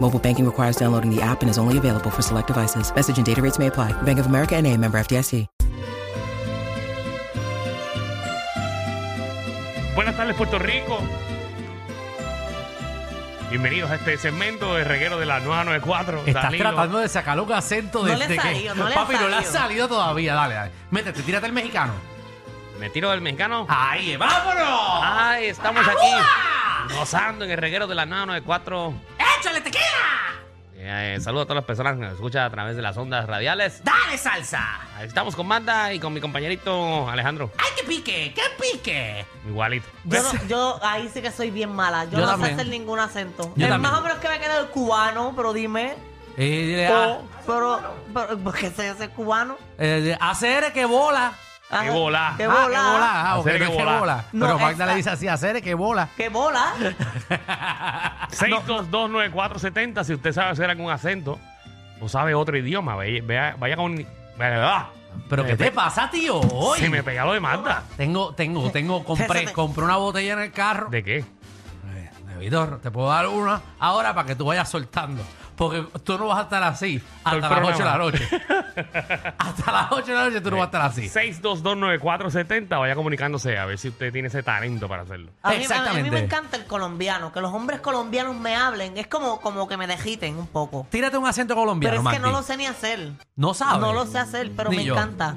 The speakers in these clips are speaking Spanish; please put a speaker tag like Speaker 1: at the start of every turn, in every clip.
Speaker 1: Mobile banking requires downloading the app and is only available for select devices. Message and data rates may apply. Bank of America and a member FDIC.
Speaker 2: Buenas tardes, Puerto Rico. Bienvenidos a este segmento de reguero de la 994.
Speaker 3: Estás
Speaker 2: Danilo.
Speaker 3: tratando de sacarle un acento
Speaker 4: No le ha
Speaker 3: desde
Speaker 4: salido,
Speaker 3: que.
Speaker 4: no le ha
Speaker 3: Papi, no le ha
Speaker 4: salido.
Speaker 3: salido todavía. Dale, dale. Métete, tírate el mexicano.
Speaker 2: Me tiro del mexicano.
Speaker 3: ¡Ahí, vámonos!
Speaker 4: Ah.
Speaker 2: Ay, estamos aquí gozando en el reguero de la 994.
Speaker 4: ¡Échale tequila!
Speaker 2: Eh, eh, saludo a todas las personas que nos escuchan a través de las ondas radiales.
Speaker 4: ¡Dale salsa!
Speaker 2: Ahí Estamos con Manda y con mi compañerito Alejandro.
Speaker 4: ¡Ay, que pique! ¡Que pique!
Speaker 2: Igualito.
Speaker 4: Yo, no- yo ahí sí que soy bien mala. Yo,
Speaker 3: Pues Yo
Speaker 4: no
Speaker 3: también.
Speaker 4: sé hacer ningún acento.
Speaker 3: Yo
Speaker 4: es
Speaker 3: también.
Speaker 4: más o menos que me queda el cubano, pero dime.
Speaker 3: Eh, dile
Speaker 4: O,
Speaker 3: a-
Speaker 4: pero, pero, ¿por qué se hace cubano?
Speaker 3: eh, de- hacer que bola.
Speaker 4: Ajá.
Speaker 2: ¡Qué bola!
Speaker 4: ¡Qué
Speaker 3: Ah,
Speaker 4: bola!
Speaker 3: que bola. Ah, ok,
Speaker 2: Hacer
Speaker 3: no
Speaker 2: que
Speaker 3: es que
Speaker 2: bola.
Speaker 3: bola.
Speaker 4: No,
Speaker 3: Pero Magda
Speaker 4: esa-
Speaker 3: le dice así, hacer que bola.
Speaker 4: ¡Qué bola!
Speaker 3: Ah,
Speaker 2: 6229470. Si usted sabe hacer algún acento o sabe otro idioma, ve- vea- vaya con. Ah,
Speaker 3: Pero ¿qué te pasa, tío? Hoy.
Speaker 2: Se me pega lo de Manda.
Speaker 3: Tengo, tengo, tengo,
Speaker 4: Te-
Speaker 3: compré, compré una botella en el carro.
Speaker 2: ¿De qué?
Speaker 3: Eh, Vitor, te puedo dar una ahora para que tú vayas soltando. Porque tú no vas a estar así
Speaker 2: el
Speaker 3: hasta las 8 de la
Speaker 2: programa.
Speaker 3: noche. hasta las 8 de la noche tú no vas a estar así.
Speaker 2: 6229470, vaya comunicándose a ver si usted tiene ese talento para hacerlo.
Speaker 4: A mí, a mí- a mí
Speaker 3: Exactamente.
Speaker 4: me encanta el colombiano. Que los hombres colombianos me hablen. Es como, como que me dejiten un poco.
Speaker 3: Tírate un acento
Speaker 4: Pero
Speaker 3: colombiano,
Speaker 4: es que no
Speaker 3: Magdi.
Speaker 4: lo sé ni hacer.
Speaker 3: No sabes.
Speaker 4: No lo sé hacer, pero
Speaker 3: Ni
Speaker 4: me
Speaker 3: yo.
Speaker 4: encanta.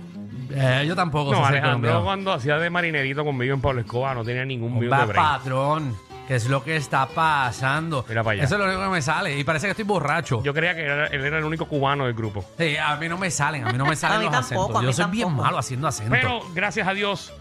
Speaker 3: Eh, yo tampoco
Speaker 2: No,
Speaker 3: sé ser
Speaker 2: Alejandro
Speaker 3: colombiano.
Speaker 2: cuando hacía de marinerito conmigo en Pablo Escobar no tenía ningún minuto de
Speaker 3: Va,
Speaker 2: break.
Speaker 3: patrón. ¿Qué es lo que está pasando?
Speaker 2: Mira para allá.
Speaker 3: Eso es lo único que me sale. Y parece que estoy borracho.
Speaker 2: Yo creía que era- él era el único cubano del grupo.
Speaker 3: Sí, a mí no me salen, a mí no me
Speaker 4: A
Speaker 3: salen
Speaker 4: mí
Speaker 3: los acentos.
Speaker 4: tampoco, a
Speaker 3: Yo
Speaker 4: mí
Speaker 3: soy bien
Speaker 4: tampoco.
Speaker 3: malo haciendo acentos.
Speaker 2: Pero gracias a Dios,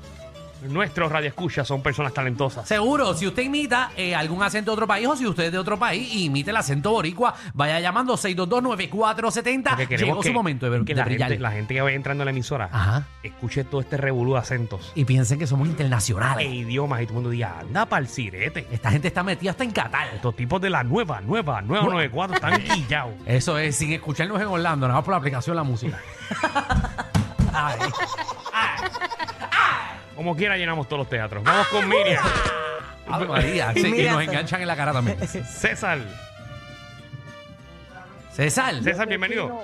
Speaker 2: nuestros radioescuchas son personas talentosas.
Speaker 3: Seguro, si usted imita eh, algún acento de otro país o si usted es de otro país y imite el acento boricua, vaya llamando
Speaker 2: Porque
Speaker 3: 622-9470. Ah, Llegó su momento de, ver-
Speaker 2: que
Speaker 3: de
Speaker 2: la,
Speaker 3: brillar.
Speaker 2: gente, la gente que vaya entrando a la emisora
Speaker 3: Ajá.
Speaker 2: escuche todo este revolú de acentos
Speaker 3: Y piensen que somos
Speaker 2: e
Speaker 3: internacionales.
Speaker 2: idiomas y todo el mundo diga, anda pa'l sirete.
Speaker 3: Esta gente está metida hasta en Qatar.
Speaker 2: Estos tipos de la nueva, nueva, 994 están guillados.
Speaker 3: Eso es, sin escucharnos en Orlando, nada más por la aplicación de la música. Ay.
Speaker 2: Como quiera llenamos todos los teatros. Vamos con Miriam.
Speaker 3: Ave María, sí, y
Speaker 4: mira
Speaker 3: nos
Speaker 4: eso.
Speaker 3: enganchan en la cara también.
Speaker 2: César.
Speaker 3: César,
Speaker 2: César, bienvenido.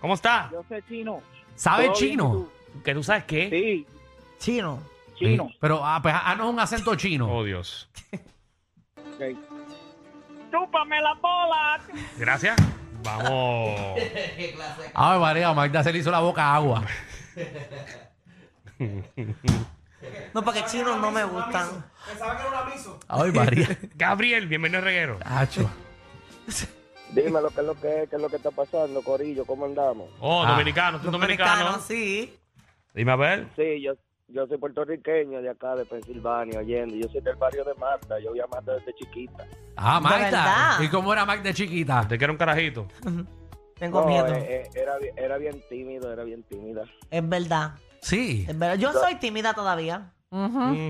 Speaker 2: ¿Cómo está?
Speaker 5: Yo sé chino.
Speaker 3: ¿sabe
Speaker 5: Todo bien,
Speaker 3: chino?
Speaker 2: Que tú sabes qué.
Speaker 5: tú. Sí,
Speaker 4: Chino.
Speaker 5: chino.
Speaker 3: Sí, Pero, ah, pues, ah, no es un acento chino.
Speaker 2: Oh, Dios.
Speaker 5: Ok. Chúpame la bola.
Speaker 2: Gracias. Vamos.
Speaker 3: Ay, María, Magda se le hizo la boca agua.
Speaker 4: No, porque chinos no me gustan.
Speaker 3: Ay, María.
Speaker 2: Gabriel, bienvenido al reguero.
Speaker 3: Acho.
Speaker 6: Dime lo que es lo que es, qué es lo que está pasando, Corillo, ¿cómo andamos?
Speaker 2: Oh,
Speaker 3: Ah.
Speaker 2: dominicano, tú
Speaker 4: Los
Speaker 2: dominicano.
Speaker 4: mexicanos, sí.
Speaker 2: Dime a ver.
Speaker 6: Sí, yo, yo soy puertorriqueño de acá, de Pensilvania, oyendo. Yo soy del barrio de Marta, yo voy a Marta desde chiquita.
Speaker 3: Ah, Magda.
Speaker 4: verdad.
Speaker 3: ¿Y cómo era Magda chiquita?
Speaker 2: Te quiero un carajito.
Speaker 4: Tengo
Speaker 6: No,
Speaker 4: miedo.
Speaker 6: eh, eh, era, bi- era bien tímido, era bien tímida.
Speaker 4: Es verdad.
Speaker 3: Sí.
Speaker 4: Es verdad. Yo soy tímida todavía.
Speaker 3: Mm.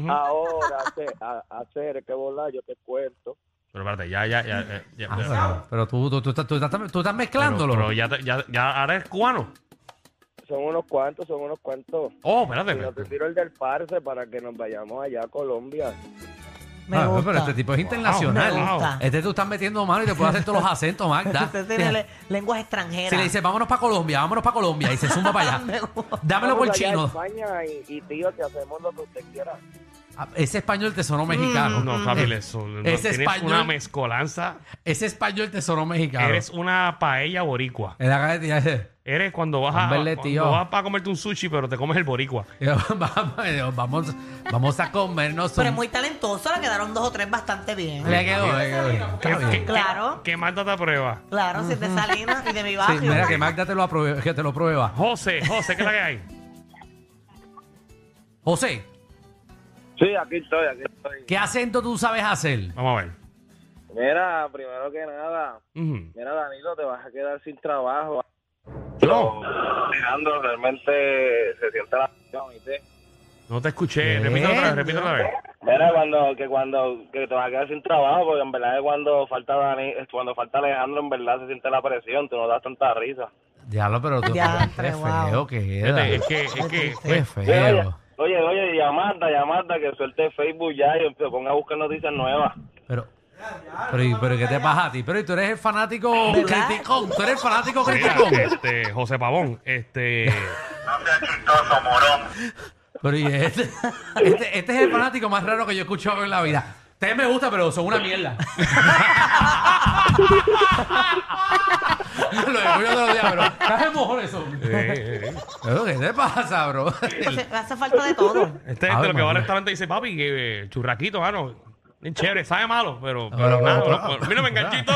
Speaker 2: Ujú.
Speaker 6: Ahora, hace- a- hacer que volar, yo te cuento.
Speaker 2: Pero espérate, ya, ya, ya. ya, ya,
Speaker 3: Ah,
Speaker 2: ya.
Speaker 3: pero, pero tú, tú, tú estás- tú estás, tú estás
Speaker 2: Pero-
Speaker 3: mezclándolo.
Speaker 2: pero ya, te- ya, ya ahora es cubano.
Speaker 6: Son unos cuantos, son unos cuantos.
Speaker 2: Oh,
Speaker 6: Y no te
Speaker 2: espérate.
Speaker 6: tiro el del parce para que nos vayamos allá a Colombia.
Speaker 4: Me
Speaker 3: Ah,
Speaker 4: gusta.
Speaker 3: pero este tipo es internacional.
Speaker 4: Me gusta.
Speaker 3: Este tú estás metiendo mano y te puede hacer todos los acentos, Magda.
Speaker 4: Usted Este tiene le- lenguas extranjeras.
Speaker 3: Si le dices, vámonos para Colombia, vámonos para Colombia, y se zumba para allá.
Speaker 4: Me gusta.
Speaker 3: Dámelo por
Speaker 6: Vamos allá a
Speaker 3: chino.
Speaker 6: España y, y tío, te hacemos lo que usted quiera.
Speaker 3: Ah, Ese español te sonó mexicano.
Speaker 2: Mm, No, Javi, le son- no,
Speaker 3: Ese
Speaker 2: tienes
Speaker 3: español-
Speaker 2: una mezcolanza.
Speaker 3: Ese español te sonó mexicano.
Speaker 2: Eres una paella boricua.
Speaker 3: Es la cara de eh, tirar-
Speaker 2: Eres cuando vas a
Speaker 3: Hombre,
Speaker 2: cuando
Speaker 3: tío.
Speaker 2: vas para comerte un sushi, pero te comes el boricua.
Speaker 3: eh, vamos, vamos, vamos a comernos.
Speaker 4: Pero es
Speaker 3: un-
Speaker 4: muy talentoso, le quedaron dos o tres bastante bien.
Speaker 3: Le quedó, le quedó bien. eh, Está
Speaker 2: ¿Qué- qué-
Speaker 3: bien.
Speaker 4: Claro.
Speaker 2: ¿Qué más data prueba?
Speaker 4: Claro, si es de Salinas y de mi
Speaker 3: Sí,
Speaker 4: barrio.
Speaker 3: mira que Magda te lo, apruebe- que te lo prueba.
Speaker 2: José, José, ¿qué es la que hay?
Speaker 3: José,
Speaker 6: Sí, aquí estoy, aquí estoy.
Speaker 3: ¿qué acento tú sabes hacer?
Speaker 2: Vamos a ver.
Speaker 6: Mira, primero que nada,
Speaker 2: Ujú.
Speaker 6: mira, Danilo, te vas a quedar sin trabajo.
Speaker 2: Yo
Speaker 6: Alejandro, realmente se siente la ¿viste?
Speaker 2: no te escuché. Repítelo otra vez, repítelo otra vez.
Speaker 6: Mira, cuando, que cuando que te vas a quedar sin trabajo, porque en verdad que cuando falta Dani, cuando falta Alejandro, en verdad se siente la presión, tú no das tanta risa.
Speaker 3: Diablo, pero tú.
Speaker 4: Diantre,
Speaker 3: qué
Speaker 4: wow.
Speaker 3: feo que era.
Speaker 2: Fíjate, Este, es que, es que,
Speaker 3: Qué
Speaker 6: Oye,
Speaker 3: feo.
Speaker 6: oye, oye, llamada, llamada, que suelte Facebook ya y se ponga a buscar noticias nuevas.
Speaker 3: Pero, pero, ¿y- pero ¿y ¿qué te pasa a ti? Pero ¿y tú eres el fanático
Speaker 4: ¿Verdad?
Speaker 3: criticón. Tú eres el fanático
Speaker 2: Mira,
Speaker 3: criticón.
Speaker 2: este, José Pavón, este,
Speaker 3: Pero ¿y este, este, este es el fanático más raro que yo he escuchado en la vida. Ustedes me gusta, pero son una mierda. Lo escucho todos los días, pero estás en mojones, hombre.
Speaker 2: eh, eh,
Speaker 3: Pero, ¿Qué te pasa, bro?
Speaker 4: Hace, hace falta de todo.
Speaker 2: este, este
Speaker 3: Ave
Speaker 2: lo que va
Speaker 3: María.
Speaker 2: al restaurante y dice, papi, que eh, churraquito, mano, bien chévere, sabe malo, pero, pero
Speaker 3: pero-
Speaker 2: nada,
Speaker 3: pero-
Speaker 2: no, pero- mira, me enganchito,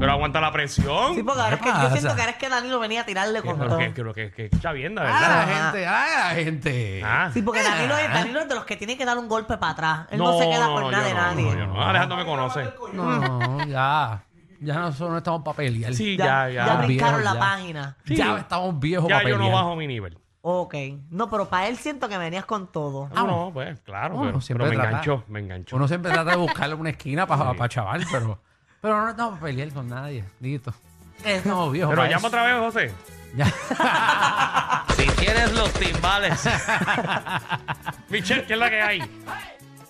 Speaker 2: pero aguanta la presión.
Speaker 4: Sí, porque ahora es que yo
Speaker 3: pasa?
Speaker 4: siento que ahora es que Danilo venía a tirarle
Speaker 2: Que-
Speaker 4: con
Speaker 2: pero
Speaker 4: todo.
Speaker 2: que, que, que, que, chavienda, ¿verdad?
Speaker 3: Ah, la gente, ah, la gente.
Speaker 2: Ah.
Speaker 4: Sí, porque Danilo, es- Danilo es de los que tiene que dar un golpe para atrás. Él no, se queda con
Speaker 2: yo
Speaker 4: nada de
Speaker 2: no,
Speaker 4: nadie.
Speaker 2: no, yo no. Alejandro me conoce.
Speaker 3: No, ya. Ya nosotros no estamos para pelear.
Speaker 2: Sí, ya,
Speaker 4: Ya, ya,
Speaker 2: ya.
Speaker 4: brincaron
Speaker 3: Viejo,
Speaker 4: la
Speaker 3: ya.
Speaker 4: página.
Speaker 2: Sí.
Speaker 3: Ya estamos viejos
Speaker 2: Ya
Speaker 3: para
Speaker 2: yo
Speaker 3: pelear.
Speaker 2: no bajo mi nivel.
Speaker 4: Ok. No, pero para él siento que venías con todo.
Speaker 2: No, no, pues claro,
Speaker 3: Ah, Bueno,
Speaker 2: pero,
Speaker 3: siempre
Speaker 2: pero me
Speaker 3: tratar.
Speaker 2: enganchó, me enganchó.
Speaker 3: Uno siempre trata de buscarle una esquina para chaval, pero, pero no estamos para pelear con nadie, Dito. No, viejo.
Speaker 2: Pero
Speaker 3: pa'
Speaker 2: llama
Speaker 3: eso.
Speaker 2: otra vez, José.
Speaker 3: Ya.
Speaker 2: Si quieres los timbales. Michelle, ¿qué es la que hay?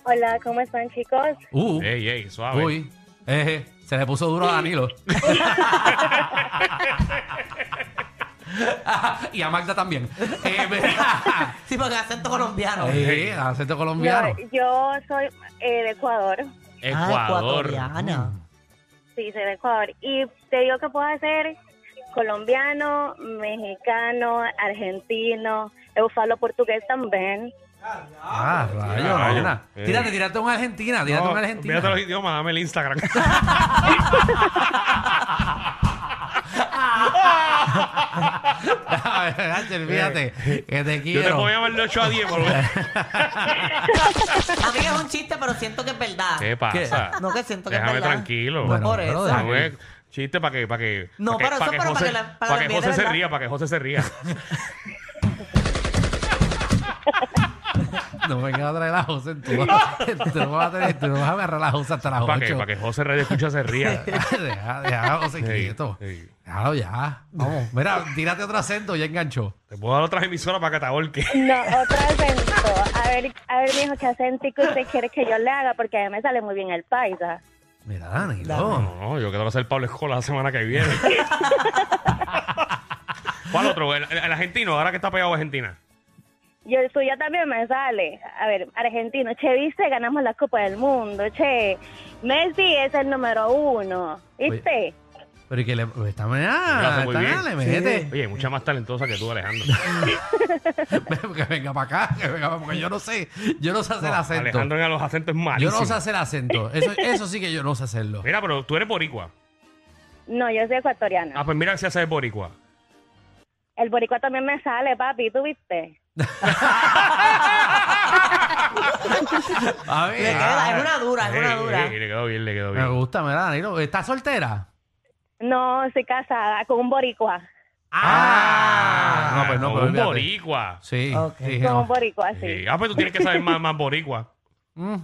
Speaker 7: Hola, ¿cómo están chicos?
Speaker 3: Uh,
Speaker 2: Ey, ey, suave.
Speaker 3: uy. Eje, se le puso duro a Danilo. y a Magda también. Eh, mira.
Speaker 4: Sí, porque acento colombiano.
Speaker 3: Eh, acento colombiano.
Speaker 7: Yo, yo soy eh, de Ecuador.
Speaker 4: Ah,
Speaker 2: Ecuador. Mm.
Speaker 4: ecuatoriana.
Speaker 7: Sí, soy de Ecuador. Y te digo que puedo hacer colombiano, mexicano, argentino. Eu falo portugués también.
Speaker 3: Ah, rayo,
Speaker 2: rayo.
Speaker 3: nena.
Speaker 2: Eh.
Speaker 3: Tírate, tírate una Argentina, tírate una Argentina.
Speaker 2: Mírate los idiomas, dame el Instagram.
Speaker 3: Ángel, fíjate, que te
Speaker 2: Eh, Yo te
Speaker 3: quiero.
Speaker 2: voy a llamar de 8 a 10, por lo menos.
Speaker 4: A mí es un chiste, pero siento que es verdad.
Speaker 2: ¿Qué pasa?
Speaker 4: No, que siento que
Speaker 2: Déjame
Speaker 4: es verdad.
Speaker 2: tranquilo.
Speaker 4: No,
Speaker 3: Bueno,
Speaker 4: por
Speaker 3: pero
Speaker 4: eso.
Speaker 3: deja-
Speaker 2: No es chiste para que, para que,
Speaker 4: No,
Speaker 2: para
Speaker 4: pero eso
Speaker 2: que
Speaker 4: es para-
Speaker 2: José,
Speaker 4: para que la- para
Speaker 2: para
Speaker 4: que
Speaker 2: que
Speaker 4: la
Speaker 2: José
Speaker 4: mire,
Speaker 2: se
Speaker 4: ¿verdad?
Speaker 2: ría, para que José se ría.
Speaker 3: No me queda traer la José en tu Tú no vas a tener, tú no vas a agarrar la José hasta las
Speaker 2: para que,
Speaker 3: 8.
Speaker 2: para que José Radio Escucha se ría.
Speaker 3: deja, deja a José
Speaker 2: Sí,
Speaker 3: quieto.
Speaker 2: sí.
Speaker 3: Déjalo ya. Vamos, mira, tírate otro acento, ya enganchó.
Speaker 2: Te puedo dar otras emisoras para que te ahorque.
Speaker 7: No, otro acento. A ver, a ver, mijo, ¿qué acentico usted quiere que yo le haga? Porque a mí me sale muy bien el paisa.
Speaker 3: Mira, Dani,
Speaker 2: No, no, no, yo quiero hacer Pablo Escola la semana que viene. ¿Cuál otro? El, el- el argentino, ahora que está pegado a Argentina.
Speaker 7: Yo el suyo también me sale. A ver, argentino. Che, viste, ganamos la Copa del Mundo. Che, Messi es el número uno. ¿Viste?
Speaker 3: Pero y que le. Esta
Speaker 2: Lo
Speaker 3: mañana,
Speaker 2: hace
Speaker 3: esta
Speaker 2: muy
Speaker 3: mañana
Speaker 2: bien.
Speaker 3: le mete.
Speaker 2: Oye, mucha más talentosa que tú, Alejandro.
Speaker 3: que venga para acá, que venga para porque yo no sé. Yo no sé hacer acento.
Speaker 2: Alejandro en los acentos es
Speaker 3: yo
Speaker 2: malísimo.
Speaker 3: no sé hacer acento. Eso, eso sí que yo no sé hacerlo.
Speaker 2: Mira, pero tú eres boricua.
Speaker 7: No, yo soy ecuatoriana.
Speaker 2: Ah, pues mira si haces boricua.
Speaker 7: El boricua también me sale, papi, ¿tú viste?
Speaker 3: A ver.
Speaker 4: Le queda, es una dura, es una
Speaker 2: Ey,
Speaker 4: dura.
Speaker 2: ey, le quedó bien, le quedó
Speaker 3: Me
Speaker 2: bien.
Speaker 3: gusta, mira, Danilo. ¿Estás soltera?
Speaker 7: No, soy casada con un boricua.
Speaker 3: Ah, no, pues no,
Speaker 2: con
Speaker 3: pues
Speaker 2: un
Speaker 3: olvídate.
Speaker 2: boricua.
Speaker 3: Sí.
Speaker 4: Ok.
Speaker 3: sí,
Speaker 7: Con
Speaker 3: no.
Speaker 7: un boricua, sí.
Speaker 2: Sí. Ah, pues tú tienes que saber más, más boricua.
Speaker 3: Mm.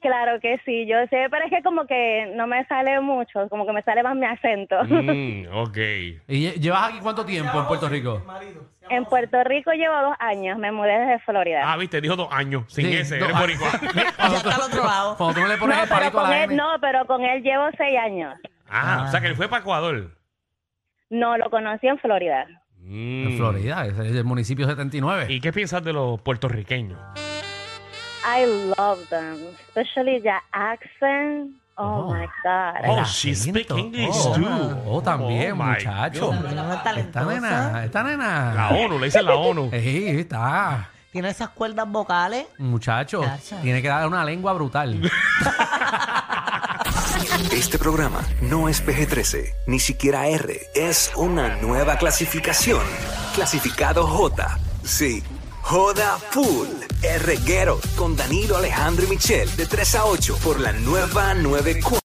Speaker 7: Claro que sí, yo sé, pero es que como que no me sale mucho, como que me sale más mi acento.
Speaker 2: Mm, ok.
Speaker 3: ¿Y lle- llevas aquí cuánto tiempo en Puerto Rico?
Speaker 7: En Puerto Rico llevo dos años, me mudé desde Florida.
Speaker 2: Ah, viste, dijo dos años sin
Speaker 3: Sí,
Speaker 2: ese.
Speaker 3: dos
Speaker 2: Eres
Speaker 3: años.
Speaker 2: boricua.
Speaker 4: Ya está al otro lado.
Speaker 3: Cuando tú le pones
Speaker 7: No
Speaker 3: el
Speaker 7: pero,
Speaker 3: palito a
Speaker 7: con
Speaker 3: la
Speaker 7: él,
Speaker 3: M.
Speaker 7: no, pero con él llevo seis años.
Speaker 2: Ah, o sea que él fue para Ecuador.
Speaker 7: No, lo conocí en Florida.
Speaker 2: Mm.
Speaker 3: En Florida, ese es el municipio 79.
Speaker 2: ¿Y qué piensas de los puertorriqueños?
Speaker 7: I love them, especially the accent. Oh,
Speaker 3: Oh.
Speaker 7: my God.
Speaker 2: Oh,
Speaker 3: El
Speaker 2: she
Speaker 3: acento.
Speaker 2: speak English
Speaker 3: Oh,
Speaker 2: too.
Speaker 3: Oh, también,
Speaker 2: Oh, my
Speaker 3: muchacho.
Speaker 4: goodness. Una nena
Speaker 3: Esta
Speaker 4: talentosa.
Speaker 3: nena, esta nena.
Speaker 2: La ONU, le dicen la ONU.
Speaker 3: Sí, está.
Speaker 4: Tiene esas cuerdas vocales.
Speaker 3: Muchacho,
Speaker 4: Cacha.
Speaker 3: tiene que dar una lengua brutal.
Speaker 6: Este programa no es PG-13, ni siquiera R. Es una nueva clasificación. Clasificado J. Sí. Joda Full. R. Guerrero con Danilo Alejandro y Michel de 3 a 8 por la nueva 94.